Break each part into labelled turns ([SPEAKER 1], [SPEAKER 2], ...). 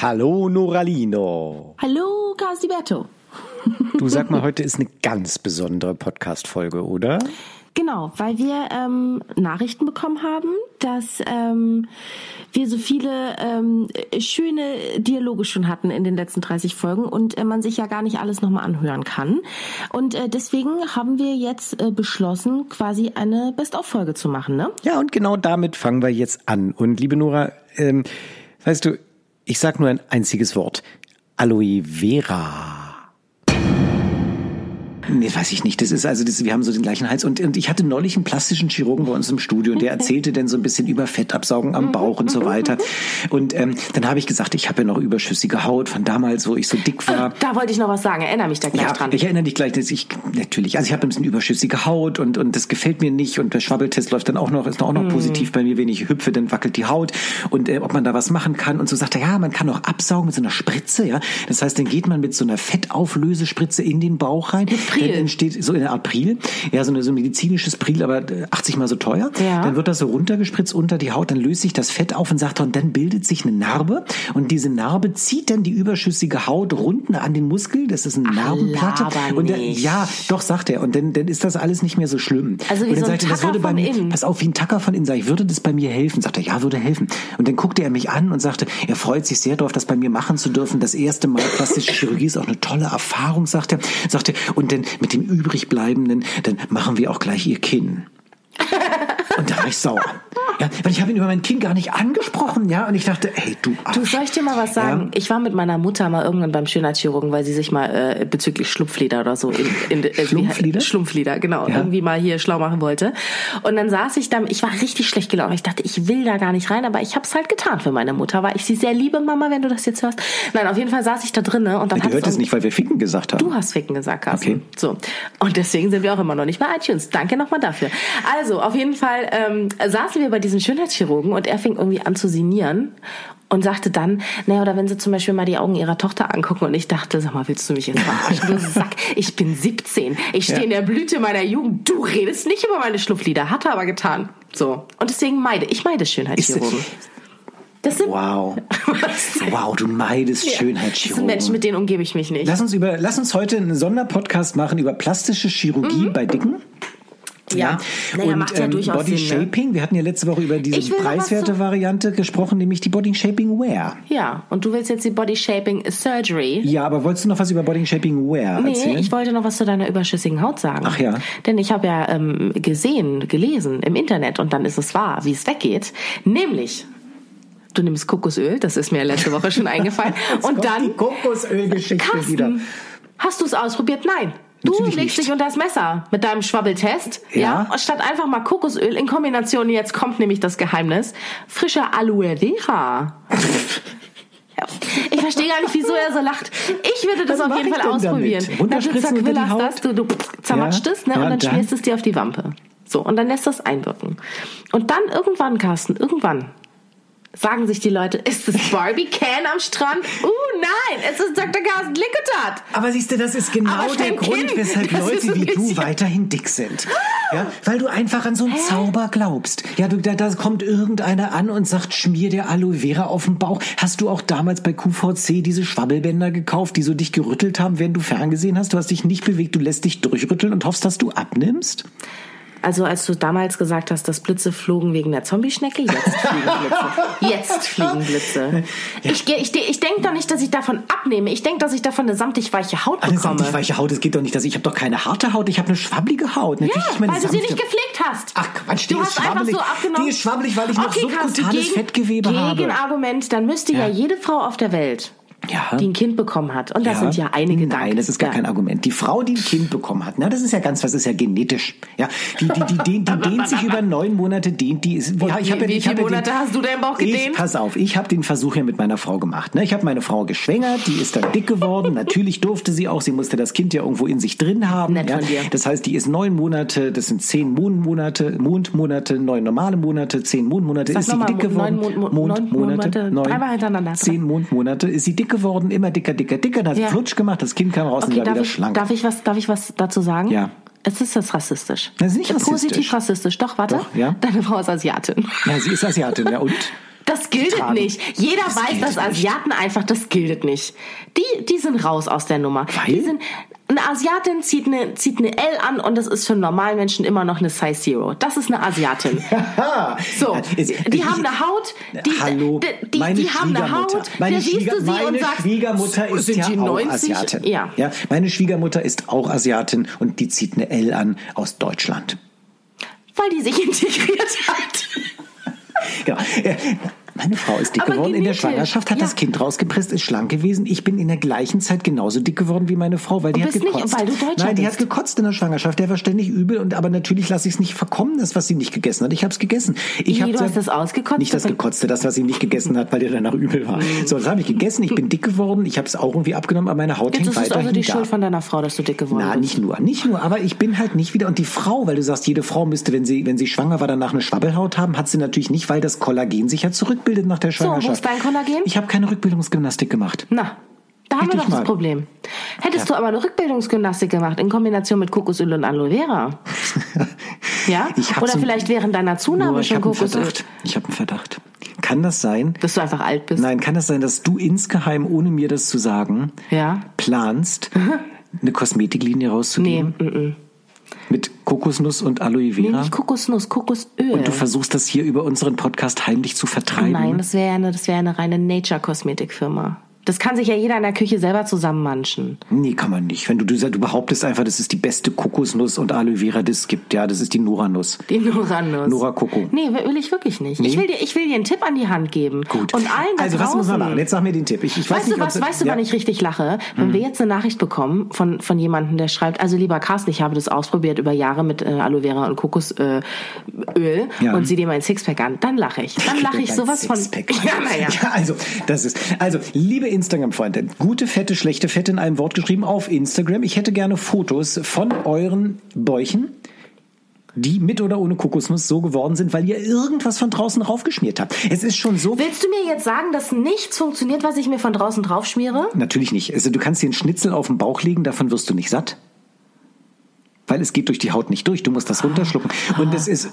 [SPEAKER 1] Hallo Noralino.
[SPEAKER 2] Hallo, Casiberto.
[SPEAKER 1] Du sag mal, heute ist eine ganz besondere Podcast-Folge, oder?
[SPEAKER 2] Genau, weil wir ähm, Nachrichten bekommen haben, dass ähm, wir so viele ähm, schöne Dialoge schon hatten in den letzten 30 Folgen und äh, man sich ja gar nicht alles nochmal anhören kann. Und äh, deswegen haben wir jetzt äh, beschlossen, quasi eine Best-of-Folge zu machen, ne?
[SPEAKER 1] Ja, und genau damit fangen wir jetzt an. Und liebe Nora, ähm, weißt du, ich sag nur ein einziges Wort. Aloe Vera. Nee, weiß ich nicht. Das ist also, das, wir haben so den gleichen Hals. Und, und ich hatte neulich einen plastischen Chirurgen bei uns im Studio und der erzählte dann so ein bisschen über Fettabsaugen am Bauch und so weiter. Und ähm, dann habe ich gesagt, ich habe ja noch überschüssige Haut von damals, wo ich so dick war.
[SPEAKER 2] Da wollte ich noch was sagen, erinnere mich da gleich
[SPEAKER 1] Ja,
[SPEAKER 2] dran.
[SPEAKER 1] ich erinnere dich gleich, dass ich natürlich, also ich habe ein bisschen überschüssige Haut und und das gefällt mir nicht und der Schwabbeltest läuft dann auch noch, ist
[SPEAKER 2] Hm.
[SPEAKER 1] auch noch positiv bei mir, wenn ich hüpfe, dann wackelt die Haut und äh, ob man da was machen kann und so sagt er, ja, man kann auch absaugen mit so einer Spritze, ja. Das heißt, dann geht man mit so einer Fettauflösespritze in den Bauch rein,
[SPEAKER 2] April.
[SPEAKER 1] dann entsteht so in der April, ja, so, eine, so ein medizinisches Pril, aber äh, 80 mal so teuer,
[SPEAKER 2] Ja.
[SPEAKER 1] dann wird das so runtergespritzt unter die Haut, dann löst sich das Fett auf und sagt er, und dann bildet sich eine Narbe und diese Narbe zieht dann die überschüssige Haut runter an den Muskel, das ist ein Narbenplatte.
[SPEAKER 2] laber
[SPEAKER 1] Und dann,
[SPEAKER 2] nicht.
[SPEAKER 1] ja, doch, sagt er. Und dann, dann ist das alles nicht mehr so schlimm.
[SPEAKER 2] Also wie
[SPEAKER 1] und dann
[SPEAKER 2] so ein
[SPEAKER 1] sagt er, das
[SPEAKER 2] Tacker
[SPEAKER 1] würde bei
[SPEAKER 2] von
[SPEAKER 1] mir,
[SPEAKER 2] innen.
[SPEAKER 1] pass auf, wie ein Tacker von innen, sag ich, würde das bei mir helfen? Sagt er, ja, würde helfen. Und dann guckte er mich an und sagte, er freut sich sehr darauf, das bei mir machen zu dürfen. Das erste Mal plastische Chirurgie ist auch eine tolle Erfahrung, sagt er. Sagt er, und dann mit dem Übrigbleibenden, dann machen wir auch gleich ihr Kinn. Und da war ich sauer. Ja, weil ich habe ihn über mein Kinn gar nicht angesprochen, ja. Und ich dachte, ey, du Arsch.
[SPEAKER 2] Du, soll ich dir mal was sagen? Ich war mit meiner Mutter mal irgendwann beim Schönheitschirurgen, weil sie sich mal äh, bezüglich Schlupflider oder so in, in, äh, wie-
[SPEAKER 1] Schlumpflider?
[SPEAKER 2] Schlumpflider, genau,
[SPEAKER 1] Ja.
[SPEAKER 2] irgendwie mal hier schlau machen wollte. Und dann saß ich da, ich war richtig schlecht gelaunt. Ich dachte, ich will da gar nicht rein, aber ich habe es halt getan für meine Mutter, weil ich sie sehr liebe, Mama, wenn du das jetzt hörst. Nein, auf jeden Fall saß ich da drinnen und dann
[SPEAKER 1] Die
[SPEAKER 2] hat
[SPEAKER 1] hört es nicht, weil wir Ficken gesagt haben.
[SPEAKER 2] Du hast Ficken gesagt, Carsten.
[SPEAKER 1] Okay.
[SPEAKER 2] So. Und deswegen sind wir auch immer noch nicht bei iTunes. Danke nochmal dafür. Also, auf jeden Fall ähm, saßen wir bei diesem Schönheitschirurgen und er fing irgendwie an zu sinnieren und sagte dann, naja, oder wenn sie zum Beispiel mal die Augen ihrer Tochter angucken und ich dachte, sag mal, willst du mich jetzt verarschen? Du Sack, ich bin 17. Ich stehe
[SPEAKER 1] Ja.
[SPEAKER 2] in der Blüte meiner Jugend. Du redest nicht über meine Schlupflider. Hat er aber getan. So. Und deswegen meide, ich meide Schönheitschirurgen. Das sind,
[SPEAKER 1] Wow.
[SPEAKER 2] Was?
[SPEAKER 1] Wow, du meidest
[SPEAKER 2] das sind
[SPEAKER 1] Schönheitschirurgen.
[SPEAKER 2] Menschen, mit denen umgebe ich mich nicht.
[SPEAKER 1] lass uns über, lass uns heute einen Sonderpodcast machen über plastische Chirurgie bei Dicken.
[SPEAKER 2] ja. Mhm. Naja,
[SPEAKER 1] und
[SPEAKER 2] macht ja
[SPEAKER 1] ähm,
[SPEAKER 2] durchaus
[SPEAKER 1] Body
[SPEAKER 2] Sinn. Ne?
[SPEAKER 1] Shaping. Wir hatten ja letzte Woche über
[SPEAKER 2] Ich
[SPEAKER 1] diese
[SPEAKER 2] will noch was
[SPEAKER 1] preiswerte
[SPEAKER 2] zu-
[SPEAKER 1] Variante gesprochen, nämlich die Body Shaping Wear.
[SPEAKER 2] Ja, und du willst jetzt die Body Shaping Surgery.
[SPEAKER 1] Ja, aber wolltest du noch was über Body Shaping Wear
[SPEAKER 2] Nee,
[SPEAKER 1] erzählen?
[SPEAKER 2] ich wollte noch was zu deiner überschüssigen Haut sagen.
[SPEAKER 1] Ach ja.
[SPEAKER 2] Denn ich habe ja ähm, gesehen, gelesen im Internet und dann ist es wahr, wie es weggeht. Nämlich, du nimmst Kokosöl, das ist mir letzte Woche schon eingefallen.
[SPEAKER 1] Jetzt
[SPEAKER 2] und
[SPEAKER 1] kommt
[SPEAKER 2] dann,
[SPEAKER 1] die Kokosölgeschichte
[SPEAKER 2] Carsten,
[SPEAKER 1] wieder.
[SPEAKER 2] hast du es ausprobiert? Nein. Du
[SPEAKER 1] Natürlich
[SPEAKER 2] legst
[SPEAKER 1] nicht.
[SPEAKER 2] dich unter das Messer mit deinem Schwabbeltest.
[SPEAKER 1] Ja.
[SPEAKER 2] Und Statt einfach mal Kokosöl in Kombination, jetzt kommt nämlich das Geheimnis, frischer Aloe Vera. Ja. Ich verstehe gar nicht, wieso er so lacht. Ich würde das
[SPEAKER 1] Was
[SPEAKER 2] auf
[SPEAKER 1] mach
[SPEAKER 2] jeden
[SPEAKER 1] ich
[SPEAKER 2] Fall
[SPEAKER 1] denn
[SPEAKER 2] ausprobieren.
[SPEAKER 1] damit? Runterspritzen
[SPEAKER 2] Na, du
[SPEAKER 1] unter die
[SPEAKER 2] zerquillerst
[SPEAKER 1] Haut?
[SPEAKER 2] das, du, du zermatscht
[SPEAKER 1] Ja,
[SPEAKER 2] es ne,
[SPEAKER 1] ja,
[SPEAKER 2] und dann,
[SPEAKER 1] dann-
[SPEAKER 2] schmierst es dir auf die Wampe. So, und dann lässt das einwirken. Und dann irgendwann, Carsten, irgendwann sagen sich die Leute, ist es Barbie Can am Strand? Uh, nein, es ist Dr. Carsten Licketat.
[SPEAKER 1] Aber siehst du, das ist genau
[SPEAKER 2] Aber
[SPEAKER 1] der
[SPEAKER 2] Frank
[SPEAKER 1] Grund,
[SPEAKER 2] Kim,
[SPEAKER 1] weshalb
[SPEAKER 2] das ist Ah!
[SPEAKER 1] Leute
[SPEAKER 2] ein
[SPEAKER 1] wie du
[SPEAKER 2] bisschen-
[SPEAKER 1] weiterhin dick sind. Ja, weil du einfach an so einen Zauber glaubst. Ja, du, da, da kommt irgendeiner an und sagt, schmier dir Aloe Vera auf den Bauch. Hast du auch damals bei QVC diese Schwabbelbänder gekauft, die so dich gerüttelt haben, während du ferngesehen hast? Du hast dich nicht bewegt, du lässt dich durchrütteln und hoffst, dass du abnimmst?
[SPEAKER 2] Also als du damals gesagt hast, dass Blitze flogen wegen der Zombieschnecke, jetzt fliegen Blitze. Jetzt fliegen Blitze. Ich, geh- ich, de- ich denke doch nicht, dass ich davon abnehme. Ich denke, dass ich davon eine samtig weiche Haut
[SPEAKER 1] Eine
[SPEAKER 2] bekomme.
[SPEAKER 1] samtig weiche Haut, das geht doch nicht. dass Ich habe doch keine harte Haut, ich habe eine schwabbelige Haut. Natürlich
[SPEAKER 2] Ja,
[SPEAKER 1] ich meine
[SPEAKER 2] weil du sie
[SPEAKER 1] sanfte-
[SPEAKER 2] nicht gepflegt hast.
[SPEAKER 1] Ach Quatsch, die
[SPEAKER 2] du
[SPEAKER 1] ist
[SPEAKER 2] hast einfach
[SPEAKER 1] schwabbelig.
[SPEAKER 2] so abgenommen.
[SPEAKER 1] Die ist schwabbelig, weil ich noch
[SPEAKER 2] okay, Carsten,
[SPEAKER 1] subkutanes
[SPEAKER 2] gegen,
[SPEAKER 1] Fettgewebe habe.
[SPEAKER 2] Gegenargument, dann müsste
[SPEAKER 1] Ja.
[SPEAKER 2] ja. jede Frau auf der Welt
[SPEAKER 1] Ja.
[SPEAKER 2] die ein Kind bekommen hat. Und das sind ja einige
[SPEAKER 1] Nein,
[SPEAKER 2] dank.
[SPEAKER 1] das ist gar
[SPEAKER 2] ja.
[SPEAKER 1] kein Argument. Die Frau, die ein Kind bekommen hat, na, das ist ja ganz, was ist ja genetisch. Ja, die, die, die, die, die dehnt sich über neun Monate, dehnt die. Ist,
[SPEAKER 2] Und
[SPEAKER 1] ja,
[SPEAKER 2] wie-
[SPEAKER 1] hab ja- hab
[SPEAKER 2] wie viele
[SPEAKER 1] ja den-
[SPEAKER 2] Monate hast du deinen Bauch
[SPEAKER 1] Ich,
[SPEAKER 2] gedehnt?
[SPEAKER 1] pass auf, ich habe den Versuch ja mit meiner Frau gemacht. Ne? Ich habe meine Frau geschwängert, die ist dann dick geworden. Natürlich durfte sie auch, sie musste das Kind ja irgendwo in sich drin haben.
[SPEAKER 2] Nett
[SPEAKER 1] ja?
[SPEAKER 2] von dir.
[SPEAKER 1] Das heißt, die ist neun Monate, das sind zehn Mondmonate, Mondmonate, neun normale Monate, zehn Mondmonate,
[SPEAKER 2] Sag
[SPEAKER 1] ist sie
[SPEAKER 2] noch mal,
[SPEAKER 1] dick
[SPEAKER 2] Mo-
[SPEAKER 1] geworden.
[SPEAKER 2] neun Mo- Mo- neun Monate,
[SPEAKER 1] neun,
[SPEAKER 2] dreimal hintereinander.
[SPEAKER 1] Zehn Mondmonate ist sie dick geworden, immer dicker, dicker, dicker. Dann hat sie
[SPEAKER 2] Ja.
[SPEAKER 1] flutsch gemacht, das Kind kam raus und
[SPEAKER 2] Okay,
[SPEAKER 1] war
[SPEAKER 2] darf
[SPEAKER 1] wieder
[SPEAKER 2] ich,
[SPEAKER 1] schlank.
[SPEAKER 2] darf ich was, darf ich was dazu sagen?
[SPEAKER 1] Ja.
[SPEAKER 2] Es ist das rassistisch.
[SPEAKER 1] Das ist nicht rassistisch.
[SPEAKER 2] Positiv rassistisch. Doch, warte.
[SPEAKER 1] Doch, ja.
[SPEAKER 2] Deine Frau ist Asiatin.
[SPEAKER 1] Ja, sie ist Asiatin, ja und?
[SPEAKER 2] Das gilt
[SPEAKER 1] tragen-
[SPEAKER 2] nicht. Jeder
[SPEAKER 1] Das
[SPEAKER 2] weiß,
[SPEAKER 1] gilt
[SPEAKER 2] dass Asiaten einfach, das gilt nicht. Die, die sind raus aus der Nummer.
[SPEAKER 1] Weil?
[SPEAKER 2] Die sind, eine Asiatin zieht eine, zieht eine L an und das ist für einen normalen Menschen immer noch eine Size Zero. Das ist eine Asiatin.
[SPEAKER 1] Haha.
[SPEAKER 2] So,
[SPEAKER 1] Ja, es-
[SPEAKER 2] die haben eine Haut, Ah. die,
[SPEAKER 1] Hallo,
[SPEAKER 2] die, die,
[SPEAKER 1] meine
[SPEAKER 2] die haben eine
[SPEAKER 1] Schwiegermutter.
[SPEAKER 2] Haut,
[SPEAKER 1] meine
[SPEAKER 2] da siehst
[SPEAKER 1] Schwieger-
[SPEAKER 2] du sie
[SPEAKER 1] meine
[SPEAKER 2] und sagst,
[SPEAKER 1] Schwiegermutter ist
[SPEAKER 2] sind
[SPEAKER 1] ja
[SPEAKER 2] die
[SPEAKER 1] auch
[SPEAKER 2] 90?
[SPEAKER 1] Asiatin.
[SPEAKER 2] Ja.
[SPEAKER 1] ja. Meine Schwiegermutter ist auch Asiatin und die zieht eine L an aus Deutschland.
[SPEAKER 2] weil die sich integriert hat.
[SPEAKER 1] Genau. Äh, Meine Frau ist dick
[SPEAKER 2] Also, Aber
[SPEAKER 1] geworden in der
[SPEAKER 2] genetisch,
[SPEAKER 1] Schwangerschaft, hat
[SPEAKER 2] ja.
[SPEAKER 1] das Kind rausgepresst, ist schlank gewesen. Ich bin in der gleichen Zeit genauso dick geworden wie meine Frau, weil die
[SPEAKER 2] Und
[SPEAKER 1] hat
[SPEAKER 2] bist nicht,
[SPEAKER 1] gekotzt.
[SPEAKER 2] weil du Deutscher
[SPEAKER 1] Nein, die
[SPEAKER 2] bist.
[SPEAKER 1] hat gekotzt in der Schwangerschaft. Der war ständig übel und aber natürlich lasse ich es nicht verkommen, das was sie nicht gegessen hat. Ich habe es gegessen. Ich
[SPEAKER 2] Wie,
[SPEAKER 1] hab
[SPEAKER 2] du
[SPEAKER 1] sehr-
[SPEAKER 2] hast das ausgekotzt? Mhm.
[SPEAKER 1] Nicht das
[SPEAKER 2] Aber-
[SPEAKER 1] gekotzte, das was sie nicht gegessen hat, weil der danach übel war. So, das habe ich gegessen. Ich bin dick geworden. Ich habe es auch irgendwie abgenommen, aber meine Haut
[SPEAKER 2] Jetzt
[SPEAKER 1] hängt
[SPEAKER 2] ist es
[SPEAKER 1] weiterhin
[SPEAKER 2] also die
[SPEAKER 1] da.
[SPEAKER 2] Schuld von deiner Frau, dass du dick geworden
[SPEAKER 1] Na,
[SPEAKER 2] bist.
[SPEAKER 1] nicht nur, nicht nur, aber ich bin halt nicht wieder. Und die Frau, weil du sagst, jede Frau müsste, wenn sie, wenn sie schwanger war, danach eine Schwabbelhaut haben, hat sie natürlich nicht, weil das Kollagen sich ja zurückbildet nach der Schwangerschaft.
[SPEAKER 2] wo ist dein Kollagen?
[SPEAKER 1] Ich habe keine Rückbildungsgymnastik gemacht.
[SPEAKER 2] Na, da haben wir
[SPEAKER 1] Richtig
[SPEAKER 2] doch das
[SPEAKER 1] mal.
[SPEAKER 2] Problem. Hättest du aber eine Rückbildungsgymnastik gemacht in Kombination mit Kokosöl und Aloe Vera, ja?
[SPEAKER 1] Ich hab
[SPEAKER 2] Oder
[SPEAKER 1] so ein-
[SPEAKER 2] vielleicht während deiner Zunahme
[SPEAKER 1] Nur, ich
[SPEAKER 2] schon
[SPEAKER 1] habe einen
[SPEAKER 2] Kokosöl,
[SPEAKER 1] Verdacht. Ich habe einen Verdacht. Kann das sein?
[SPEAKER 2] dass du einfach alt bist.
[SPEAKER 1] Nein, kann das sein, dass du insgeheim, ohne mir das zu sagen,
[SPEAKER 2] Ja.
[SPEAKER 1] planst, eine Kosmetiklinie
[SPEAKER 2] Nee,
[SPEAKER 1] rauszugeben
[SPEAKER 2] mm, mm.
[SPEAKER 1] mit Kokosnuss und Aloe
[SPEAKER 2] nee,
[SPEAKER 1] Vera?
[SPEAKER 2] nicht Kokosnuss, Kokosöl.
[SPEAKER 1] und du versuchst das hier über unseren Podcast heimlich zu vertreiben.
[SPEAKER 2] Nein, das wäre ja eine, das wäre eine reine Nature-Kosmetikfirma. Das kann sich ja jeder in der Küche selber zusammenmanschen.
[SPEAKER 1] Nee, kann man nicht. Wenn du, du, du behauptest einfach, das ist die beste Kokosnuss und Aloe Vera, die es gibt. Ja, das ist die Noranuss.
[SPEAKER 2] Die Noranus.
[SPEAKER 1] Nora Coco.
[SPEAKER 2] Nee, will ich wirklich nicht. Ich, will dir, ich will dir einen Tipp an die Hand geben.
[SPEAKER 1] Gut.
[SPEAKER 2] Und allen da
[SPEAKER 1] also, was
[SPEAKER 2] draußen,
[SPEAKER 1] muss man machen? Jetzt sag mir den Tipp. Ich, ich weiß
[SPEAKER 2] weißt
[SPEAKER 1] nicht,
[SPEAKER 2] du was,
[SPEAKER 1] ob's-
[SPEAKER 2] weißt du,
[SPEAKER 1] ja. Hm.
[SPEAKER 2] wann ich richtig lache? Wenn wir jetzt eine Nachricht bekommen von, von jemandem, der schreibt, also lieber Carsten, ich habe das ausprobiert über Jahre mit äh, Aloe Vera und Kokosöl äh, Öl
[SPEAKER 1] Ja.
[SPEAKER 2] und sieh dir mein Sixpack an, dann lache ich. Dann lache ich
[SPEAKER 1] Dein
[SPEAKER 2] sowas von.
[SPEAKER 1] Sixpack.
[SPEAKER 2] Ja, naja.
[SPEAKER 1] Ja, also, das ist. Also, liebe Instagram-Freunde, gute Fette, schlechte Fette in einem Wort geschrieben auf Instagram. Ich hätte gerne Fotos von euren Bäuchen, die mit oder ohne Kokosnuss so geworden sind, weil ihr irgendwas von draußen raufgeschmiert habt. Es ist schon so
[SPEAKER 2] Willst du mir jetzt sagen, dass nichts funktioniert, was ich mir von draußen drauf schmiere?
[SPEAKER 1] Natürlich nicht. Also du kannst dir einen Schnitzel auf den Bauch legen, davon wirst du nicht satt. Weil es geht durch die Haut nicht durch. Du musst das runterschlucken. Und es ist.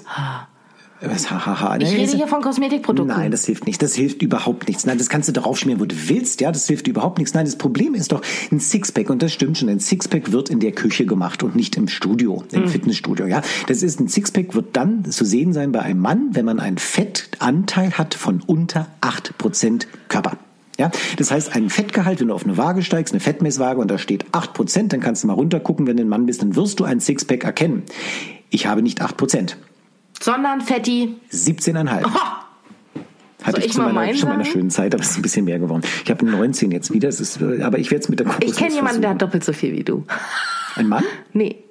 [SPEAKER 1] Was, ha, ha, ha.
[SPEAKER 2] Ah. Ich
[SPEAKER 1] Nee,
[SPEAKER 2] rede
[SPEAKER 1] es-
[SPEAKER 2] hier von Kosmetikprodukten.
[SPEAKER 1] Nein, das hilft nicht. Das hilft überhaupt nichts. Nein, das kannst du darauf schmieren, wo du willst. Ja, das hilft überhaupt nichts. Nein, das Problem ist doch ein Sixpack. Und das stimmt schon. Ein Sixpack wird in der Küche gemacht und nicht im Studio, im Fitnessstudio. Ja, das ist ein Sixpack wird dann zu sehen sein bei einem Mann, wenn man einen Fettanteil hat von unter 8% Körper. Ja, das heißt, ein Fettgehalt, wenn du auf eine Waage steigst, eine Fettmesswaage und da steht 8%, dann kannst du mal runtergucken, wenn du ein Mann bist, dann wirst du ein Sixpack erkennen. Ich habe nicht 8%,
[SPEAKER 2] Sondern Fetti.
[SPEAKER 1] 17,5.
[SPEAKER 2] Ha!
[SPEAKER 1] Hatte
[SPEAKER 2] Soll
[SPEAKER 1] ich,
[SPEAKER 2] ich
[SPEAKER 1] zu
[SPEAKER 2] mal
[SPEAKER 1] meiner,
[SPEAKER 2] meinen
[SPEAKER 1] zu meiner
[SPEAKER 2] sagen?
[SPEAKER 1] schönen Zeit, aber es ist ein bisschen mehr geworden. Ich habe 19 jetzt wieder, es ist, äh, aber ich werde es mit der Kokosnuss
[SPEAKER 2] Ich kenne jemanden, der
[SPEAKER 1] versuchen.
[SPEAKER 2] hat doppelt so viel wie du.
[SPEAKER 1] Ein Mann?
[SPEAKER 2] Nee.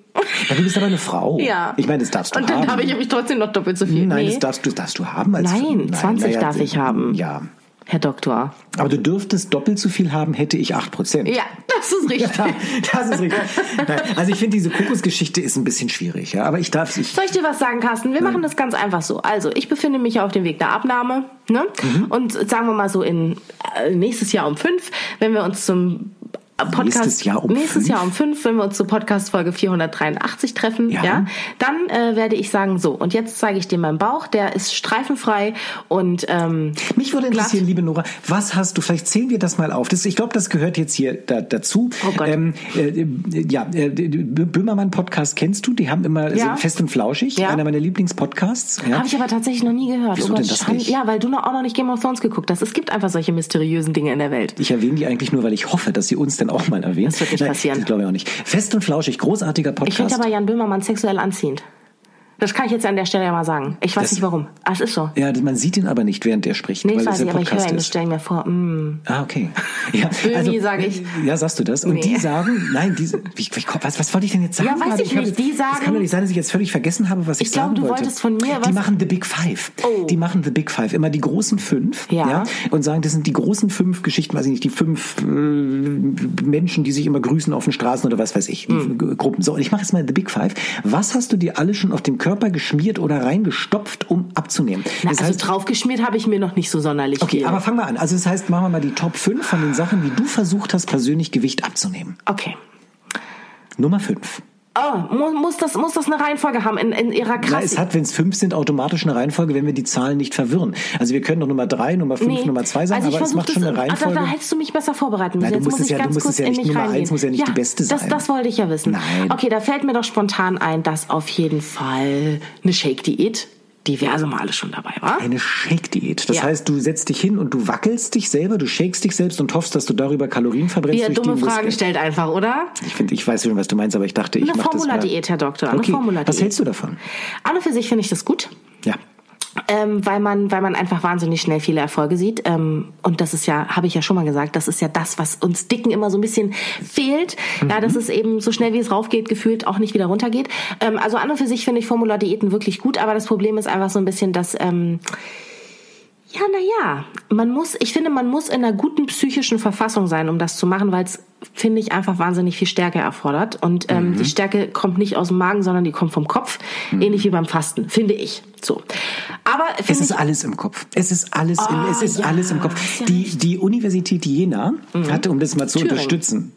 [SPEAKER 1] Ja, du bist aber eine Frau.
[SPEAKER 2] Ja.
[SPEAKER 1] Ich meine, das darfst du
[SPEAKER 2] Und dann
[SPEAKER 1] haben.
[SPEAKER 2] habe ich mich trotzdem noch doppelt so viel.
[SPEAKER 1] Nein,
[SPEAKER 2] nee.
[SPEAKER 1] das darfst du, darfst du haben. Als
[SPEAKER 2] Nein, 20
[SPEAKER 1] na ja,
[SPEAKER 2] darf ich haben.
[SPEAKER 1] Ja.
[SPEAKER 2] Herr Doktor.
[SPEAKER 1] Aber du dürftest doppelt so viel haben, hätte ich 8 Prozent.
[SPEAKER 2] Ja, das ist richtig.
[SPEAKER 1] Ja, das ist richtig. Nein, also ich finde, diese Kokosgeschichte ist ein bisschen schwierig. Ja, aber ich darf ich.
[SPEAKER 2] Soll ich dir was sagen, Carsten? Wir machen das ganz einfach so. Also, ich befinde mich ja auf dem Weg der Abnahme. Ne?
[SPEAKER 1] Mhm.
[SPEAKER 2] Und sagen wir mal so, in äh, nächstes Jahr um fünf, wenn wir uns zum äh, Podcast.
[SPEAKER 1] Nächstes Jahr um
[SPEAKER 2] nächstes
[SPEAKER 1] fünf?
[SPEAKER 2] Jahr um fünf, wenn wir uns zur Podcast-Folge 483 treffen,
[SPEAKER 1] Ja.
[SPEAKER 2] ja. dann äh, werde ich sagen, so, und jetzt zeige ich dir meinen Bauch, der ist streifenfrei und ähm,
[SPEAKER 1] Mich würde
[SPEAKER 2] Glatt.
[SPEAKER 1] interessieren, liebe Nora, was hast du, vielleicht zählen wir das mal auf. Das, ich glaube, das gehört jetzt hier da, dazu.
[SPEAKER 2] Oh Gott.
[SPEAKER 1] Ähm, äh, äh, ja, äh, B- Böhmermann-Podcast kennst du, die haben immer
[SPEAKER 2] Ja.
[SPEAKER 1] sind fest und flauschig,
[SPEAKER 2] Ja.
[SPEAKER 1] einer meiner Lieblingspodcasts. Ja.
[SPEAKER 2] Habe ich aber tatsächlich noch nie gehört. Oh
[SPEAKER 1] Wieso denn das
[SPEAKER 2] Schande.
[SPEAKER 1] nicht?
[SPEAKER 2] Ja, weil du noch, auch noch nicht Game of Thrones geguckt hast. Es gibt einfach solche mysteriösen Dinge in der Welt.
[SPEAKER 1] Ich erwähne die eigentlich nur, weil ich hoffe, dass sie uns dann auch mal erwähnt.
[SPEAKER 2] Das wird nicht passieren.
[SPEAKER 1] Das glaube ich auch nicht. Fest und flauschig, großartiger
[SPEAKER 2] Ich finde
[SPEAKER 1] Podcast.
[SPEAKER 2] aber Jan Böhmermann sexuell anziehend. Das kann ich jetzt an der Stelle ja mal sagen. Ich weiß
[SPEAKER 1] Das-
[SPEAKER 2] nicht warum. Ah, es ist so.
[SPEAKER 1] Ja, man sieht ihn aber nicht, während er spricht,
[SPEAKER 2] Nee,
[SPEAKER 1] weil
[SPEAKER 2] ich
[SPEAKER 1] das
[SPEAKER 2] weiß
[SPEAKER 1] ja
[SPEAKER 2] nicht, aber ich höre
[SPEAKER 1] Podcast
[SPEAKER 2] ihn, das
[SPEAKER 1] ist.
[SPEAKER 2] stelle ich mir vor. Mm.
[SPEAKER 1] Ah, okay. Ja, also, äh,
[SPEAKER 2] Böhmi, sag ich.
[SPEAKER 1] Ja, sagst du das? Und
[SPEAKER 2] Nee.
[SPEAKER 1] die sagen, nein, die, wie, wie, was, was wollte ich denn jetzt sagen?
[SPEAKER 2] Ja, weiß
[SPEAKER 1] gerade?
[SPEAKER 2] ich
[SPEAKER 1] hab-
[SPEAKER 2] nicht. Die
[SPEAKER 1] Das kann
[SPEAKER 2] sagen-
[SPEAKER 1] doch nicht sein, dass ich jetzt völlig vergessen habe, was ich,
[SPEAKER 2] Ich glaube,
[SPEAKER 1] sagen
[SPEAKER 2] du
[SPEAKER 1] wollte.
[SPEAKER 2] wolltest von mir
[SPEAKER 1] Die
[SPEAKER 2] was-
[SPEAKER 1] machen The Big Five.
[SPEAKER 2] Oh.
[SPEAKER 1] Die machen The Big Five. Immer die großen fünf.
[SPEAKER 2] Ja.
[SPEAKER 1] Und sagen, das sind die großen fünf Geschichten, weiß ich nicht, die fünf äh, Menschen, die sich immer grüßen auf den Straßen oder was weiß ich. Die
[SPEAKER 2] Hm.
[SPEAKER 1] G- Gruppen. So, und ich mache jetzt mal The Big Five. Was hast du dir alle schon auf den Körper geschmiert oder reingestopft, um abzunehmen?
[SPEAKER 2] Na,
[SPEAKER 1] Das
[SPEAKER 2] also
[SPEAKER 1] heißt,
[SPEAKER 2] draufgeschmiert habe ich mir noch nicht so sonderlich
[SPEAKER 1] Okay,
[SPEAKER 2] viel.
[SPEAKER 1] aber fangen wir an. Also das heißt, machen wir mal die Top 5 von den Sachen, wie du versucht hast, persönlich Gewicht abzunehmen.
[SPEAKER 2] okay.
[SPEAKER 1] Nummer 5.
[SPEAKER 2] Oh, mu- muss das, muss das eine Reihenfolge haben in, in ihrer
[SPEAKER 1] Na,
[SPEAKER 2] krassen...
[SPEAKER 1] es hat, wenn es 5 sind, automatisch eine Reihenfolge, wenn wir die Zahlen nicht verwirren. Also wir können doch Nummer 3, Nummer 5,
[SPEAKER 2] Nee.
[SPEAKER 1] Nummer 2 sagen,
[SPEAKER 2] Also ich
[SPEAKER 1] aber es
[SPEAKER 2] versuch
[SPEAKER 1] macht schon
[SPEAKER 2] das-
[SPEAKER 1] eine
[SPEAKER 2] Ah,
[SPEAKER 1] Reihenfolge.
[SPEAKER 2] Da, da hättest du mich besser vorbereiten
[SPEAKER 1] Nein,
[SPEAKER 2] müssen.
[SPEAKER 1] du
[SPEAKER 2] Jetzt
[SPEAKER 1] musst
[SPEAKER 2] muss
[SPEAKER 1] es
[SPEAKER 2] ich
[SPEAKER 1] ja- du
[SPEAKER 2] ganz
[SPEAKER 1] musst
[SPEAKER 2] kurz
[SPEAKER 1] es ja
[SPEAKER 2] in
[SPEAKER 1] nicht
[SPEAKER 2] mich
[SPEAKER 1] Nummer eins,
[SPEAKER 2] reingehen.
[SPEAKER 1] muss ja nicht die Beste
[SPEAKER 2] das,
[SPEAKER 1] sein.
[SPEAKER 2] Das wollte ich ja wissen.
[SPEAKER 1] Nein.
[SPEAKER 2] Okay, da fällt mir doch spontan ein, dass auf jeden Fall eine Shake-Diät diverse Male schon dabei war.
[SPEAKER 1] eine Shake-Diät. Das
[SPEAKER 2] Ja.
[SPEAKER 1] heißt, du setzt dich hin und du wackelst dich selber, du shakest dich selbst und hoffst, dass du darüber Kalorien verbrennst.
[SPEAKER 2] Wie er
[SPEAKER 1] durch
[SPEAKER 2] dumme
[SPEAKER 1] die
[SPEAKER 2] Fragen
[SPEAKER 1] Muskeln.
[SPEAKER 2] stellt einfach, oder?
[SPEAKER 1] Ich, find, ich weiß schon, was du meinst, aber ich dachte, ich
[SPEAKER 2] Eine
[SPEAKER 1] mache das mal.
[SPEAKER 2] Formula-Diät, Herr Doktor, eine
[SPEAKER 1] Okay.
[SPEAKER 2] Formula-Diät.
[SPEAKER 1] Was hältst du davon?
[SPEAKER 2] An und für sich finde ich das gut.
[SPEAKER 1] Ja.
[SPEAKER 2] Ähm, weil man, weil man einfach wahnsinnig schnell viele Erfolge sieht. Ähm, und das ist ja, habe ich ja schon mal gesagt, das ist ja das, was uns Dicken immer so ein bisschen fehlt. Ja, dass es eben so schnell wie es raufgeht, gefühlt auch nicht wieder runtergeht. Ähm, also an und für sich finde ich Formulardiäten wirklich gut, aber das Problem ist einfach so ein bisschen, dass ähm, ja, naja, man muss, ich finde, man muss in einer guten psychischen Verfassung sein, um das zu machen, weil es, finde ich, einfach wahnsinnig viel Stärke erfordert. Und ähm,
[SPEAKER 1] Mhm.
[SPEAKER 2] die Stärke kommt nicht aus dem Magen, sondern die kommt vom Kopf, ähnlich wie beim Fasten, finde ich. So. Aber
[SPEAKER 1] Es
[SPEAKER 2] finde
[SPEAKER 1] ist
[SPEAKER 2] ich,
[SPEAKER 1] alles im Kopf. Es ist alles, im, es ist
[SPEAKER 2] Ah, ja,
[SPEAKER 1] alles im Kopf.
[SPEAKER 2] hast ja Mhm.
[SPEAKER 1] die, die Universität Jena hatte, um das mal zu
[SPEAKER 2] Thüringen. Mhm.
[SPEAKER 1] unterstützen.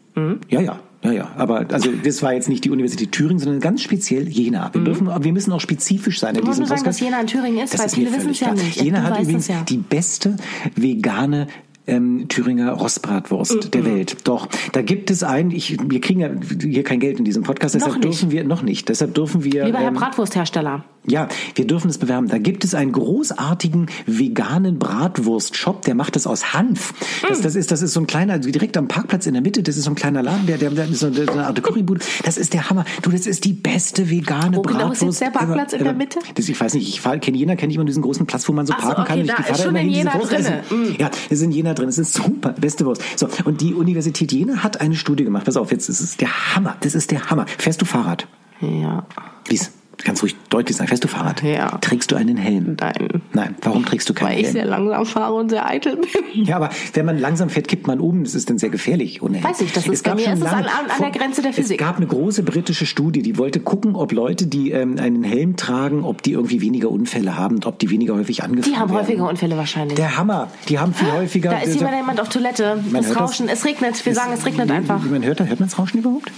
[SPEAKER 1] Ja, ja, ja, ja. Aber also das war jetzt nicht die Universität Thüringen, sondern ganz speziell Jena. Wir dürfen, wir müssen auch spezifisch sein in
[SPEAKER 2] muss
[SPEAKER 1] diesem
[SPEAKER 2] Mhm. nur sagen,
[SPEAKER 1] Podcast.
[SPEAKER 2] dass Jena in Thüringen ist,
[SPEAKER 1] Das
[SPEAKER 2] weil
[SPEAKER 1] mir
[SPEAKER 2] viele wissen es
[SPEAKER 1] völlig
[SPEAKER 2] ja
[SPEAKER 1] klar.
[SPEAKER 2] nicht.
[SPEAKER 1] Jena
[SPEAKER 2] Du
[SPEAKER 1] hat
[SPEAKER 2] weißt
[SPEAKER 1] übrigens
[SPEAKER 2] es ja.
[SPEAKER 1] die beste vegane ähm, Thüringer
[SPEAKER 2] Mhm.
[SPEAKER 1] Rostbratwurst der Welt. Doch, da gibt es einen, ich, wir kriegen ja hier kein Geld in diesem Podcast, deshalb
[SPEAKER 2] nicht.
[SPEAKER 1] dürfen wir, noch nicht, deshalb dürfen wir...
[SPEAKER 2] lieber Herr
[SPEAKER 1] ähm,
[SPEAKER 2] Bratwursthersteller.
[SPEAKER 1] ja, wir dürfen es bewerben. Da gibt es einen großartigen veganen Bratwurst-Shop, der macht das aus Hanf. Das,
[SPEAKER 2] Mm.
[SPEAKER 1] das, ist, das ist so ein kleiner, direkt am Parkplatz in der Mitte, das ist so ein kleiner Laden, der, der, der ist so eine, eine Art Currybude. Das ist der Hammer. Du, das ist die beste vegane
[SPEAKER 2] Wo genau
[SPEAKER 1] Bratwurst.
[SPEAKER 2] ist jetzt der Parkplatz
[SPEAKER 1] ever-
[SPEAKER 2] in der
[SPEAKER 1] ever.
[SPEAKER 2] Mitte?
[SPEAKER 1] Das, ich weiß nicht, ich fahr- kenne Jena, kenne ich immer diesen großen Platz, wo man so
[SPEAKER 2] Ach so,
[SPEAKER 1] parken kann.
[SPEAKER 2] okay,
[SPEAKER 1] und ich
[SPEAKER 2] da
[SPEAKER 1] die
[SPEAKER 2] ist
[SPEAKER 1] Fahrräder
[SPEAKER 2] schon
[SPEAKER 1] immer
[SPEAKER 2] in
[SPEAKER 1] diese
[SPEAKER 2] Jena
[SPEAKER 1] Wurst
[SPEAKER 2] drinne. Mm.
[SPEAKER 1] essen. Ja, es ist in Jena drin. Es ist super. Beste Wurst. So, und die Universität Jena hat eine Studie gemacht. Pass auf, jetzt ist es der Hammer. Das ist der Hammer. Fährst du Fahrrad?
[SPEAKER 2] Ja.
[SPEAKER 1] Lies, ganz ruhig deutlich sagen. Fährst du Fahrrad?
[SPEAKER 2] Ja.
[SPEAKER 1] Trägst du einen Helm?
[SPEAKER 2] Nein.
[SPEAKER 1] Nein, warum trägst du keinen
[SPEAKER 2] Weil ich
[SPEAKER 1] Helm?
[SPEAKER 2] sehr langsam fahre und sehr eitel bin.
[SPEAKER 1] Ja, aber wenn man langsam fährt, kippt man um. Das ist dann sehr gefährlich ohne Helm.
[SPEAKER 2] Weiß ich, das ist
[SPEAKER 1] Es gab
[SPEAKER 2] bei mir-
[SPEAKER 1] schon
[SPEAKER 2] es ist
[SPEAKER 1] lange-
[SPEAKER 2] an- an- an der Grenze der Physik.
[SPEAKER 1] Es gab eine große britische Studie, die wollte gucken, ob Leute, die ähm, einen Helm tragen, ob die irgendwie weniger Unfälle haben und ob die weniger häufig angefahren
[SPEAKER 2] Die haben
[SPEAKER 1] werden.
[SPEAKER 2] häufiger Unfälle wahrscheinlich.
[SPEAKER 1] Der Hammer. Die haben viel häufiger...
[SPEAKER 2] da ist jemand, jemand auf Toilette.
[SPEAKER 1] Man
[SPEAKER 2] Das
[SPEAKER 1] hört das.
[SPEAKER 2] Rauschen. Es regnet. Wir sagen, es regnet einfach. Also
[SPEAKER 1] Man hört, hört man das Rauschen überhaupt?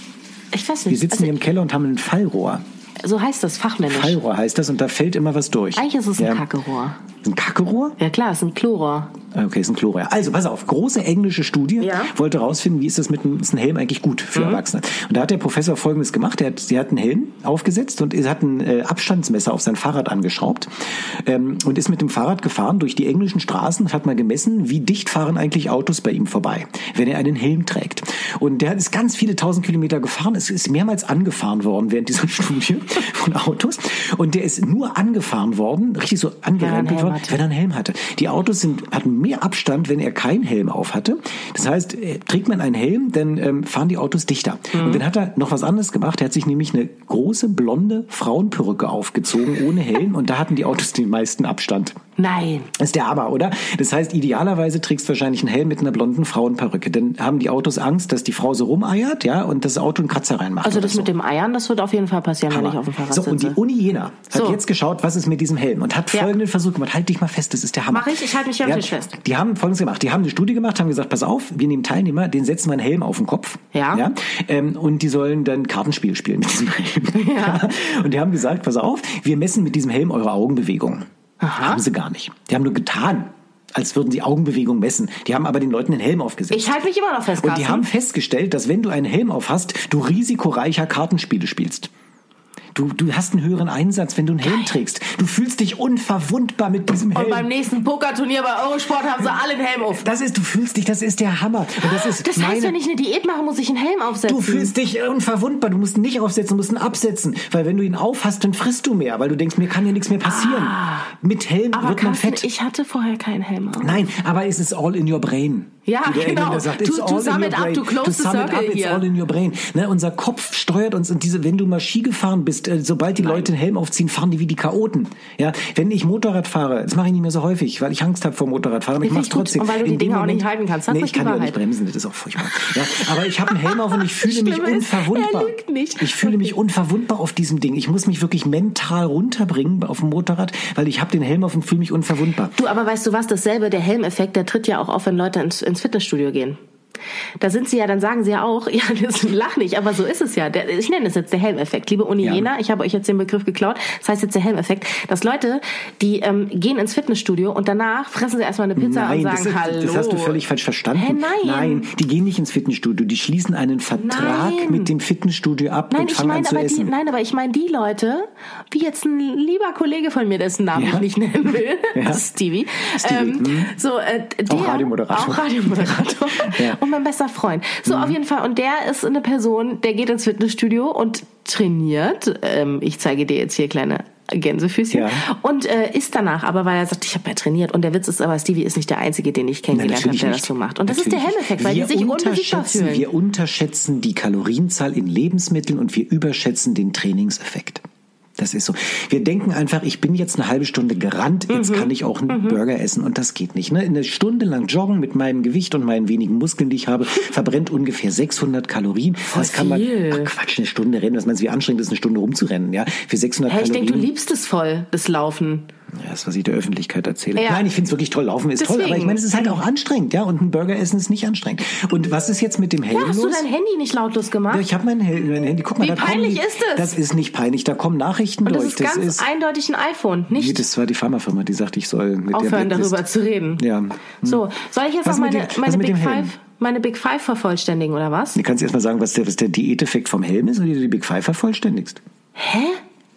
[SPEAKER 2] Ich weiß
[SPEAKER 1] Wir
[SPEAKER 2] nicht.
[SPEAKER 1] sitzen hier im Keller und haben ein Fallrohr.
[SPEAKER 2] Also, so heißt das fachmännisch.
[SPEAKER 1] Fallrohr heißt das und da fällt immer was durch.
[SPEAKER 2] Eigentlich ist es ein
[SPEAKER 1] Ja.
[SPEAKER 2] Kackerohr.
[SPEAKER 1] Ein Kackerohr?
[SPEAKER 2] Ja klar, es ist ein Chlorrohr.
[SPEAKER 1] Ah, Okay, ist ein Chlor, ja. Also, pass auf, große englische Studie
[SPEAKER 2] Ja.
[SPEAKER 1] wollte herausfinden, wie ist das mit einem, ist ein Helm eigentlich gut für Erwachsene. Und da hat der Professor Folgendes gemacht. Er hat, sie hat einen Helm aufgesetzt und er hat ein äh, Abstandsmesser auf sein Fahrrad angeschraubt ähm, und ist mit dem Fahrrad gefahren durch die englischen Straßen und hat mal gemessen, wie dicht fahren eigentlich Autos bei ihm vorbei, wenn er einen Helm trägt. Und der ist ganz viele tausend Kilometer gefahren, ist, ist mehrmals angefahren worden während dieser Studie von Autos. Und der ist nur angefahren worden, richtig so angerempelt
[SPEAKER 2] Helm
[SPEAKER 1] worden,
[SPEAKER 2] hatte.
[SPEAKER 1] wenn er einen Helm hatte. Die Autos sind, hatten mehr Abstand, wenn er keinen Helm auf hatte. Das heißt, äh, trägt man einen Helm, dann ähm, fahren die Autos dichter.
[SPEAKER 2] Mhm.
[SPEAKER 1] Und dann hat er noch was anderes gemacht. Er hat sich nämlich eine große blonde Frauenperücke aufgezogen ohne Helm und da hatten die Autos den meisten Abstand.
[SPEAKER 2] Nein.
[SPEAKER 1] Ist der aber, oder? Das heißt, idealerweise trägst du wahrscheinlich einen Helm mit einer blonden Frauenperücke. Dann haben die Autos Angst, dass die Frau so rumeiert, ja, und das Auto einen Kratzer reinmacht.
[SPEAKER 2] Also
[SPEAKER 1] oder
[SPEAKER 2] das
[SPEAKER 1] so.
[SPEAKER 2] mit dem Eiern, das wird auf jeden Fall passieren, wenn ich
[SPEAKER 1] Hammer.
[SPEAKER 2] auf dem Fahrrad
[SPEAKER 1] so,
[SPEAKER 2] sitze.
[SPEAKER 1] und die Uni Jena hat
[SPEAKER 2] So.
[SPEAKER 1] jetzt geschaut, was ist mit diesem Helm und hat
[SPEAKER 2] Ja.
[SPEAKER 1] folgenden Versuch gemacht. Halt dich mal fest, das ist der Hammer.
[SPEAKER 2] Mach ich, ich halte mich am Tisch fest.
[SPEAKER 1] Die haben folgendes gemacht. Die haben eine Studie gemacht, haben gesagt, pass auf, wir nehmen Teilnehmer, den setzen wir einen Helm auf den Kopf.
[SPEAKER 2] Ja.
[SPEAKER 1] ähm, und die sollen dann Kartenspiel spielen mit diesem Helm. Ja. Und die haben gesagt, pass auf, wir messen mit diesem Helm eure Augenbewegungen. Haben sie gar nicht. Die haben nur getan, als würden sie Augenbewegungen messen. Die haben aber den Leuten den Helm aufgesetzt.
[SPEAKER 2] ich halte mich immer noch fest,
[SPEAKER 1] Und die
[SPEAKER 2] Carsten.
[SPEAKER 1] haben festgestellt, dass wenn du einen Helm auf hast, du risikoreicher Kartenspiele spielst. Du, du hast einen höheren Einsatz, wenn du einen Helm trägst. Du fühlst dich unverwundbar mit diesem Helm.
[SPEAKER 2] Und beim nächsten Pokerturnier bei Eurosport haben sie alle einen Helm auf.
[SPEAKER 1] das ist, du fühlst dich, das ist der Hammer. Und das ist
[SPEAKER 2] Das heißt,
[SPEAKER 1] meine,
[SPEAKER 2] wenn ich eine Diät mache, muss ich einen Helm aufsetzen.
[SPEAKER 1] Du fühlst dich unverwundbar. Du musst ihn nicht aufsetzen, du musst ihn absetzen. Weil wenn du ihn aufhast, dann frisst du mehr, weil du denkst, mir kann ja nichts mehr passieren. Mit Helm
[SPEAKER 2] Ah. aber
[SPEAKER 1] wird man
[SPEAKER 2] Carsten,
[SPEAKER 1] fett.
[SPEAKER 2] ich hatte vorher keinen Helm auf.
[SPEAKER 1] Nein, aber es ist all in your brain.
[SPEAKER 2] Ja,
[SPEAKER 1] Wie der
[SPEAKER 2] genau.
[SPEAKER 1] Engländer Sagt,
[SPEAKER 2] Du-
[SPEAKER 1] it's
[SPEAKER 2] du
[SPEAKER 1] all in
[SPEAKER 2] sum
[SPEAKER 1] your
[SPEAKER 2] it up,
[SPEAKER 1] brain.
[SPEAKER 2] du close the
[SPEAKER 1] sum it
[SPEAKER 2] circle
[SPEAKER 1] up, it's
[SPEAKER 2] hier.
[SPEAKER 1] all in your brain. Ne, unser Kopf steuert uns und diese, wenn du mal Ski gefahren bist, äh, sobald die Leute den Helm aufziehen, fahren die wie die Chaoten. Ja, wenn ich Motorrad fahre, das mache ich nicht mehr so häufig, weil ich Angst habe vor Motorradfahren, aber ich
[SPEAKER 2] Nee,
[SPEAKER 1] mache es
[SPEAKER 2] finde ich
[SPEAKER 1] trotzdem.
[SPEAKER 2] gut. Und weil du die
[SPEAKER 1] In dem
[SPEAKER 2] Dinger auch nicht halten kannst, das
[SPEAKER 1] Nee,
[SPEAKER 2] ist
[SPEAKER 1] ich kann
[SPEAKER 2] die
[SPEAKER 1] ja auch nicht
[SPEAKER 2] Wahrheit.
[SPEAKER 1] bremsen, das ist auch furchtbar. Ja, aber ich habe einen Helm auf und ich fühle mich
[SPEAKER 2] Schlimme ist, er
[SPEAKER 1] unverwundbar.
[SPEAKER 2] lügt nicht.
[SPEAKER 1] Ich fühle mich unverwundbar auf diesem Ding. Ich muss mich wirklich mental runterbringen auf dem Motorrad, weil ich habe den Helm auf und fühle mich unverwundbar.
[SPEAKER 2] Du, aber weißt du was, dasselbe, der Helmeffekt, der tritt ja auch auf, wenn Leute ins, ins Fitnessstudio gehen. Da sind sie ja, dann sagen sie ja auch, ja, das lach nicht, aber so ist es ja. Der, ich nenne es jetzt der Helmeffekt. Liebe Uni
[SPEAKER 1] Ja.
[SPEAKER 2] Jena, ich habe euch jetzt den Begriff geklaut, das heißt jetzt der Helmeffekt, dass Leute, die ähm, gehen ins Fitnessstudio und danach fressen sie erstmal eine Pizza
[SPEAKER 1] Nein,
[SPEAKER 2] und sagen,
[SPEAKER 1] das, ist,
[SPEAKER 2] hallo.
[SPEAKER 1] das hast du völlig falsch verstanden.
[SPEAKER 2] Hä, nein.
[SPEAKER 1] die gehen nicht ins Fitnessstudio. Die schließen einen Vertrag
[SPEAKER 2] Nein.
[SPEAKER 1] mit dem Fitnessstudio ab
[SPEAKER 2] Nein,
[SPEAKER 1] und
[SPEAKER 2] ich
[SPEAKER 1] fangen an
[SPEAKER 2] meine
[SPEAKER 1] zu
[SPEAKER 2] aber die,
[SPEAKER 1] essen.
[SPEAKER 2] nein, aber ich meine die Leute, wie jetzt ein lieber Kollege von mir, dessen Namen
[SPEAKER 1] Ja.
[SPEAKER 2] ich nicht nennen will,
[SPEAKER 1] Ja.
[SPEAKER 2] Stevie.
[SPEAKER 1] Stevie,
[SPEAKER 2] ähm,
[SPEAKER 1] hm.
[SPEAKER 2] so, äh, der,
[SPEAKER 1] Auch Radiomoderator.
[SPEAKER 2] Auch Radiomoderator.
[SPEAKER 1] Ja. Mhm.
[SPEAKER 2] Und mein bester Freund. So, auf jeden Fall. Und der ist eine Person, der geht ins Fitnessstudio und trainiert. Ähm, ich zeige dir jetzt hier kleine Gänsefüßchen.
[SPEAKER 1] Ja.
[SPEAKER 2] Und äh, ist danach, aber weil er sagt, ich habe ja trainiert. Und der Witz ist aber, Stevie ist nicht der Einzige, den ich kennengelernt habe,
[SPEAKER 1] natürlich
[SPEAKER 2] der
[SPEAKER 1] nicht.
[SPEAKER 2] das so macht. Und das ist der
[SPEAKER 1] Natürlich nicht.
[SPEAKER 2] Helmeffekt, weil
[SPEAKER 1] wir
[SPEAKER 2] die sich unbesiegbar
[SPEAKER 1] unterschätzen,
[SPEAKER 2] fühlen.
[SPEAKER 1] Wir unterschätzen die Kalorienzahl in Lebensmitteln und wir überschätzen den Trainingseffekt. Das ist so. Wir denken einfach, ich bin jetzt eine halbe Stunde gerannt, jetzt
[SPEAKER 2] Mhm.
[SPEAKER 1] kann ich auch einen Burger essen und das geht nicht. Ne? Eine Stunde lang joggen mit meinem Gewicht und meinen wenigen Muskeln, die ich habe, verbrennt ungefähr 600 Kalorien. das kann man,
[SPEAKER 2] viel.
[SPEAKER 1] ach Quatsch, eine Stunde rennen. Was meinst du, wie anstrengend ist, eine Stunde rumzurennen, ja? Für 600
[SPEAKER 2] Hey, ich
[SPEAKER 1] Kalorien.
[SPEAKER 2] denke, du liebst es voll, das Laufen.
[SPEAKER 1] Ja, das, was ich der Öffentlichkeit erzähle.
[SPEAKER 2] Ja.
[SPEAKER 1] Nein, ich finde es wirklich toll. Laufen ist toll, aber ich
[SPEAKER 2] Deswegen.
[SPEAKER 1] meine, es ist halt auch anstrengend, ja. Und ein Burger essen ist nicht anstrengend. Und was ist jetzt mit dem Helm
[SPEAKER 2] Ja, hast du
[SPEAKER 1] los?
[SPEAKER 2] dein Handy nicht lautlos
[SPEAKER 1] ja,
[SPEAKER 2] gemacht?
[SPEAKER 1] ich habe mein, Hel- mein Handy. Guck mal,
[SPEAKER 2] Wie
[SPEAKER 1] da kommen
[SPEAKER 2] peinlich
[SPEAKER 1] die,
[SPEAKER 2] ist das?
[SPEAKER 1] Das ist nicht peinlich. Da kommen Nachrichten
[SPEAKER 2] Und das
[SPEAKER 1] durch.
[SPEAKER 2] ist ganz eindeutig ein iPhone.
[SPEAKER 1] Nee,
[SPEAKER 2] Nicht
[SPEAKER 1] das war die Pharmafirma, die sagte, ich soll mit
[SPEAKER 2] aufhören,
[SPEAKER 1] der Blacklist-
[SPEAKER 2] darüber zu reden.
[SPEAKER 1] Ja. Hm.
[SPEAKER 2] So, soll ich jetzt
[SPEAKER 1] Was
[SPEAKER 2] noch
[SPEAKER 1] mit
[SPEAKER 2] meine,
[SPEAKER 1] dem- was
[SPEAKER 2] meine,
[SPEAKER 1] mit dem
[SPEAKER 2] Big
[SPEAKER 1] Helm?
[SPEAKER 2] Five, meine Big Five vervollständigen, oder was?
[SPEAKER 1] Du kannst erst mal sagen, was der, was der Diäteffekt vom Helm ist, oder du die Big Five vervollständigst.
[SPEAKER 2] Hä?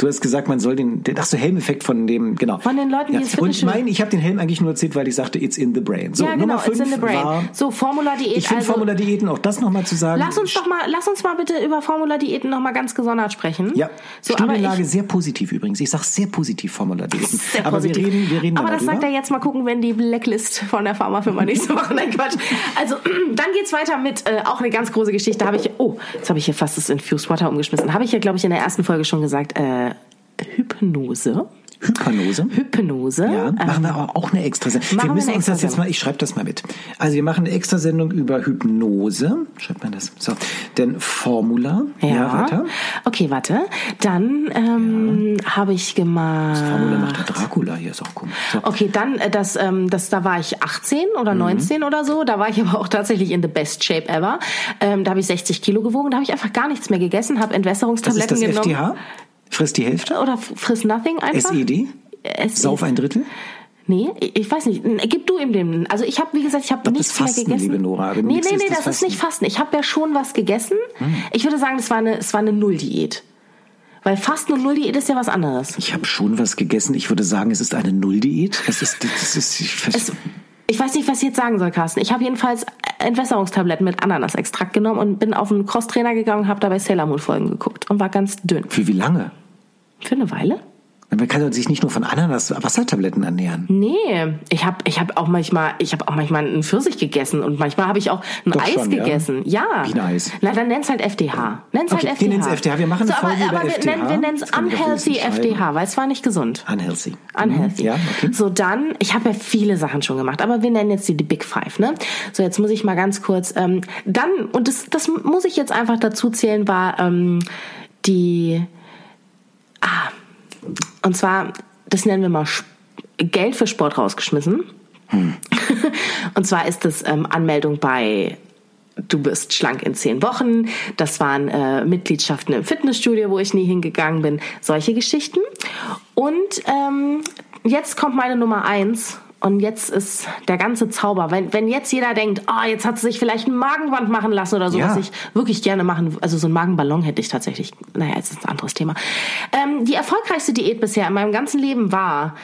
[SPEAKER 1] Du hast gesagt, man soll den, den ach so, Helmeffekt von dem, genau.
[SPEAKER 2] Von den Leuten, die
[SPEAKER 1] ja.
[SPEAKER 2] ins
[SPEAKER 1] Und
[SPEAKER 2] Fitnessstudio-
[SPEAKER 1] nein, ich habe den Helm eigentlich nur erzählt, weil ich sagte, it's in the brain. So,
[SPEAKER 2] ja, genau,
[SPEAKER 1] Nummer fünf
[SPEAKER 2] it's in the
[SPEAKER 1] war...
[SPEAKER 2] brain. So, Formula-Diät.
[SPEAKER 1] Ich finde
[SPEAKER 2] also,
[SPEAKER 1] Formula-Diäten, auch das nochmal zu sagen.
[SPEAKER 2] lass uns doch mal, lass uns mal bitte über Formula-Diäten nochmal ganz gesondert sprechen.
[SPEAKER 1] Ja,
[SPEAKER 2] So, aber ich,
[SPEAKER 1] Studienlage sehr positiv übrigens. Ich sage sehr positiv Formula-Diäten.
[SPEAKER 2] Sehr
[SPEAKER 1] Aber
[SPEAKER 2] positiv.
[SPEAKER 1] wir reden, wir reden
[SPEAKER 2] Aber
[SPEAKER 1] da
[SPEAKER 2] das
[SPEAKER 1] darüber.
[SPEAKER 2] sagt er jetzt mal gucken, wenn die Blacklist von der Pharmafirma nächste Woche. Nein, Quatsch. Also, dann geht's weiter mit äh, auch eine ganz große Geschichte. Habe ich, oh, jetzt habe ich hier fast das Infused Water umgeschmissen. Habe ich ja, glaube ich, in der ersten Folge schon gesagt, äh, Hypnose.
[SPEAKER 1] Hypnose.
[SPEAKER 2] Hypnose.
[SPEAKER 1] Ja,
[SPEAKER 2] Ähm,
[SPEAKER 1] machen wir aber auch eine extra Sendung.
[SPEAKER 2] machen
[SPEAKER 1] Wir
[SPEAKER 2] wir
[SPEAKER 1] müssen
[SPEAKER 2] eine
[SPEAKER 1] uns das
[SPEAKER 2] extra
[SPEAKER 1] jetzt mal, ich schreibe das mal mit. Also wir machen eine extra Sendung über Hypnose. Schreibt man das. So. Denn Formula.
[SPEAKER 2] ja.
[SPEAKER 1] weiter.
[SPEAKER 2] Okay, warte. Dann ähm, habe ich gemacht.
[SPEAKER 1] Formula macht der Dracula hier, ist auch komisch. So.
[SPEAKER 2] Okay, dann äh, das, ähm, das, da war ich 18 oder
[SPEAKER 1] Mhm.
[SPEAKER 2] 19 oder so. Da war ich aber auch tatsächlich in the best shape ever. Ähm, da habe ich 60 Kilo gewogen, da habe ich einfach gar nichts mehr gegessen, habe
[SPEAKER 1] Das ist
[SPEAKER 2] Entwässerungstabletten
[SPEAKER 1] das
[SPEAKER 2] genommen.
[SPEAKER 1] FTH. Frisst die Hälfte.
[SPEAKER 2] Oder f- friss nothing einfach.
[SPEAKER 1] SED.
[SPEAKER 2] SED.
[SPEAKER 1] Sauf ein Drittel.
[SPEAKER 2] Nee, ich- ich weiß nicht. N- Gib du ihm den. Also ich habe, wie gesagt, ich habe
[SPEAKER 1] glaub, das
[SPEAKER 2] nichts mehr
[SPEAKER 1] Fasten,
[SPEAKER 2] gegessen.
[SPEAKER 1] liebe Nora. Dem
[SPEAKER 2] Nee,
[SPEAKER 1] nächsten
[SPEAKER 2] nee, nee,
[SPEAKER 1] ist das Mhm.
[SPEAKER 2] das ist nicht Fasten. Ich habe ja schon was gegessen. Ich würde sagen, das war eine, es war eine Nulldiät. Weil Fasten und Nulldiät ist ja was anderes.
[SPEAKER 1] Ich habe schon was gegessen. Ich würde sagen, es ist eine Nulldiät. Es ist, das ist, ich ver-
[SPEAKER 2] Es, ich weiß nicht, was ich jetzt sagen soll, Carsten. Ich habe jedenfalls Entwässerungstabletten mit Ananasextrakt genommen und bin auf einen Crosstrainer gegangen und habe dabei Sailor Moon Folgen geguckt und war ganz dünn.
[SPEAKER 1] für wie lange?
[SPEAKER 2] Für eine Weile?
[SPEAKER 1] Man kann sich nicht nur von Ananas-Wassertabletten ernähren.
[SPEAKER 2] Nee, ich habe ich hab auch manchmal ich habe auch manchmal einen Pfirsich gegessen und manchmal habe ich auch ein
[SPEAKER 1] Doch
[SPEAKER 2] Eis
[SPEAKER 1] schon, ja?
[SPEAKER 2] gegessen. Ja.
[SPEAKER 1] Wie ein Eis.
[SPEAKER 2] Na, dann nenn's halt FDH. Nenn's
[SPEAKER 1] Okay,
[SPEAKER 2] halt
[SPEAKER 1] wir
[SPEAKER 2] FDH.
[SPEAKER 1] nennen's FDH. Wir machen eine
[SPEAKER 2] so, aber,
[SPEAKER 1] Folge über
[SPEAKER 2] aber wir
[SPEAKER 1] FDH.
[SPEAKER 2] nennen wir nennen's
[SPEAKER 1] Das kann ich auf
[SPEAKER 2] unhealthy
[SPEAKER 1] wenigstens schreiben.
[SPEAKER 2] FDH, weil es war nicht gesund.
[SPEAKER 1] Unhealthy. Mhm.
[SPEAKER 2] Unhealthy.
[SPEAKER 1] Ja, okay.
[SPEAKER 2] So, dann, ich habe ja viele Sachen schon gemacht, aber wir nennen jetzt die, die Big Five, ne? So, jetzt muss ich mal ganz kurz, ähm, dann, und das, das muss ich jetzt einfach dazu zählen, war ähm, die, ah, und zwar, das nennen wir mal Sp Geld für Sport rausgeschmissen.
[SPEAKER 1] Hm.
[SPEAKER 2] und zwar ist das ähm, Anmeldung bei Du bist schlank in zehn Wochen. Das waren äh, Mitgliedschaften im Fitnessstudio, wo ich nie hingegangen bin. Solche Geschichten. Und ähm, jetzt kommt meine Nummer eins. Und jetzt ist der ganze Zauber, wenn, wenn jetzt jeder denkt, ah, jetzt hat sie sich vielleicht ein Magenband machen lassen oder so,
[SPEAKER 1] Ja.
[SPEAKER 2] was ich wirklich gerne machen, also so einen Magenballon hätte ich tatsächlich, naja, jetzt ist ein anderes Thema. Ähm, die erfolgreichste Diät bisher in meinem ganzen Leben war,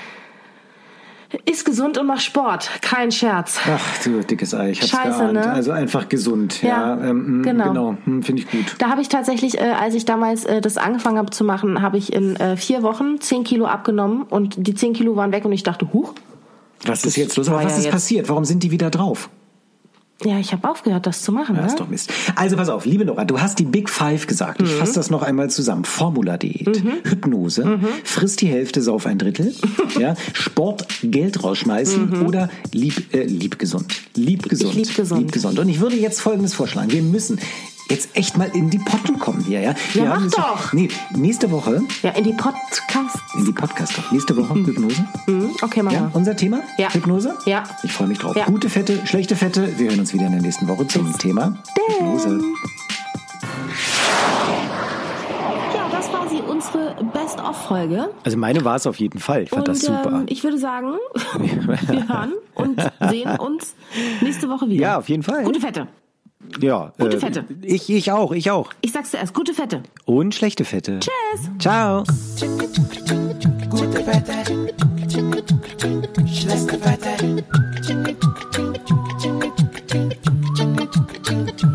[SPEAKER 2] ist gesund und mach Sport, kein Scherz.
[SPEAKER 1] Ach du dickes Ei, ich hab's
[SPEAKER 2] Scheiße,
[SPEAKER 1] geahnt.
[SPEAKER 2] ne?
[SPEAKER 1] Also einfach gesund. Ja,
[SPEAKER 2] Ja,
[SPEAKER 1] ähm, mh, genau.
[SPEAKER 2] genau.
[SPEAKER 1] Hm, Finde ich gut.
[SPEAKER 2] Da habe ich tatsächlich, äh, als ich damals äh, das angefangen habe zu machen, habe ich in äh, vier Wochen 10 Kilo abgenommen und die 10 Kilo waren weg und ich dachte, huch,
[SPEAKER 1] Was ist jetzt los?
[SPEAKER 2] war
[SPEAKER 1] Aber was
[SPEAKER 2] ja
[SPEAKER 1] ist
[SPEAKER 2] jetzt-
[SPEAKER 1] passiert? Warum sind die wieder drauf?
[SPEAKER 2] ja, ich habe aufgehört, das zu machen.
[SPEAKER 1] Das
[SPEAKER 2] ne?
[SPEAKER 1] ist doch Mist. Also pass auf, liebe Nora, du hast die Big Five gesagt.
[SPEAKER 2] Mhm.
[SPEAKER 1] Ich fasse das noch einmal zusammen. Formula-Diät, Hypnose,
[SPEAKER 2] Mhm.
[SPEAKER 1] frisst die Hälfte, sauf ein Drittel, ja, Sport, Geld rausschmeißen oder lieb, äh, lieb gesund. Lieb gesund.
[SPEAKER 2] Mhm. lieb gesund.
[SPEAKER 1] Lieb gesund. Und ich würde jetzt Folgendes vorschlagen. Wir müssen jetzt echt mal in die Potten kommen hier, ja? Wir
[SPEAKER 2] Ja, mach
[SPEAKER 1] haben jetzt-
[SPEAKER 2] doch.
[SPEAKER 1] Nee, nächste Woche,
[SPEAKER 2] Ja, in die Podcasts.
[SPEAKER 1] in die Podcast doch. Nächste Woche Hypnose.
[SPEAKER 2] Mhm, Okay, machen
[SPEAKER 1] Ja,
[SPEAKER 2] wir.
[SPEAKER 1] unser Thema?
[SPEAKER 2] Ja.
[SPEAKER 1] Hypnose?
[SPEAKER 2] Ja.
[SPEAKER 1] Ich freue mich drauf.
[SPEAKER 2] Ja.
[SPEAKER 1] Gute Fette, schlechte Fette. Wir hören uns wieder in der nächsten Woche zum Thema Hypnose.
[SPEAKER 3] Ja, das war sie, unsere Best-of-Folge.
[SPEAKER 4] Also meine war es auf jeden Fall. Ich fand
[SPEAKER 3] Und
[SPEAKER 4] das super.
[SPEAKER 3] Ähm, ich würde sagen, wir hören und sehen uns nächste Woche wieder.
[SPEAKER 4] ja, auf jeden Fall.
[SPEAKER 3] Gute Fette.
[SPEAKER 4] ja,
[SPEAKER 3] gute
[SPEAKER 4] äh,
[SPEAKER 3] Fette.
[SPEAKER 4] Ich, ich auch, ich auch.
[SPEAKER 3] Ich sag's zuerst, gute Fette.
[SPEAKER 4] Und schlechte Fette. Tschüss. Ciao.
[SPEAKER 5] Schlechte Wetter.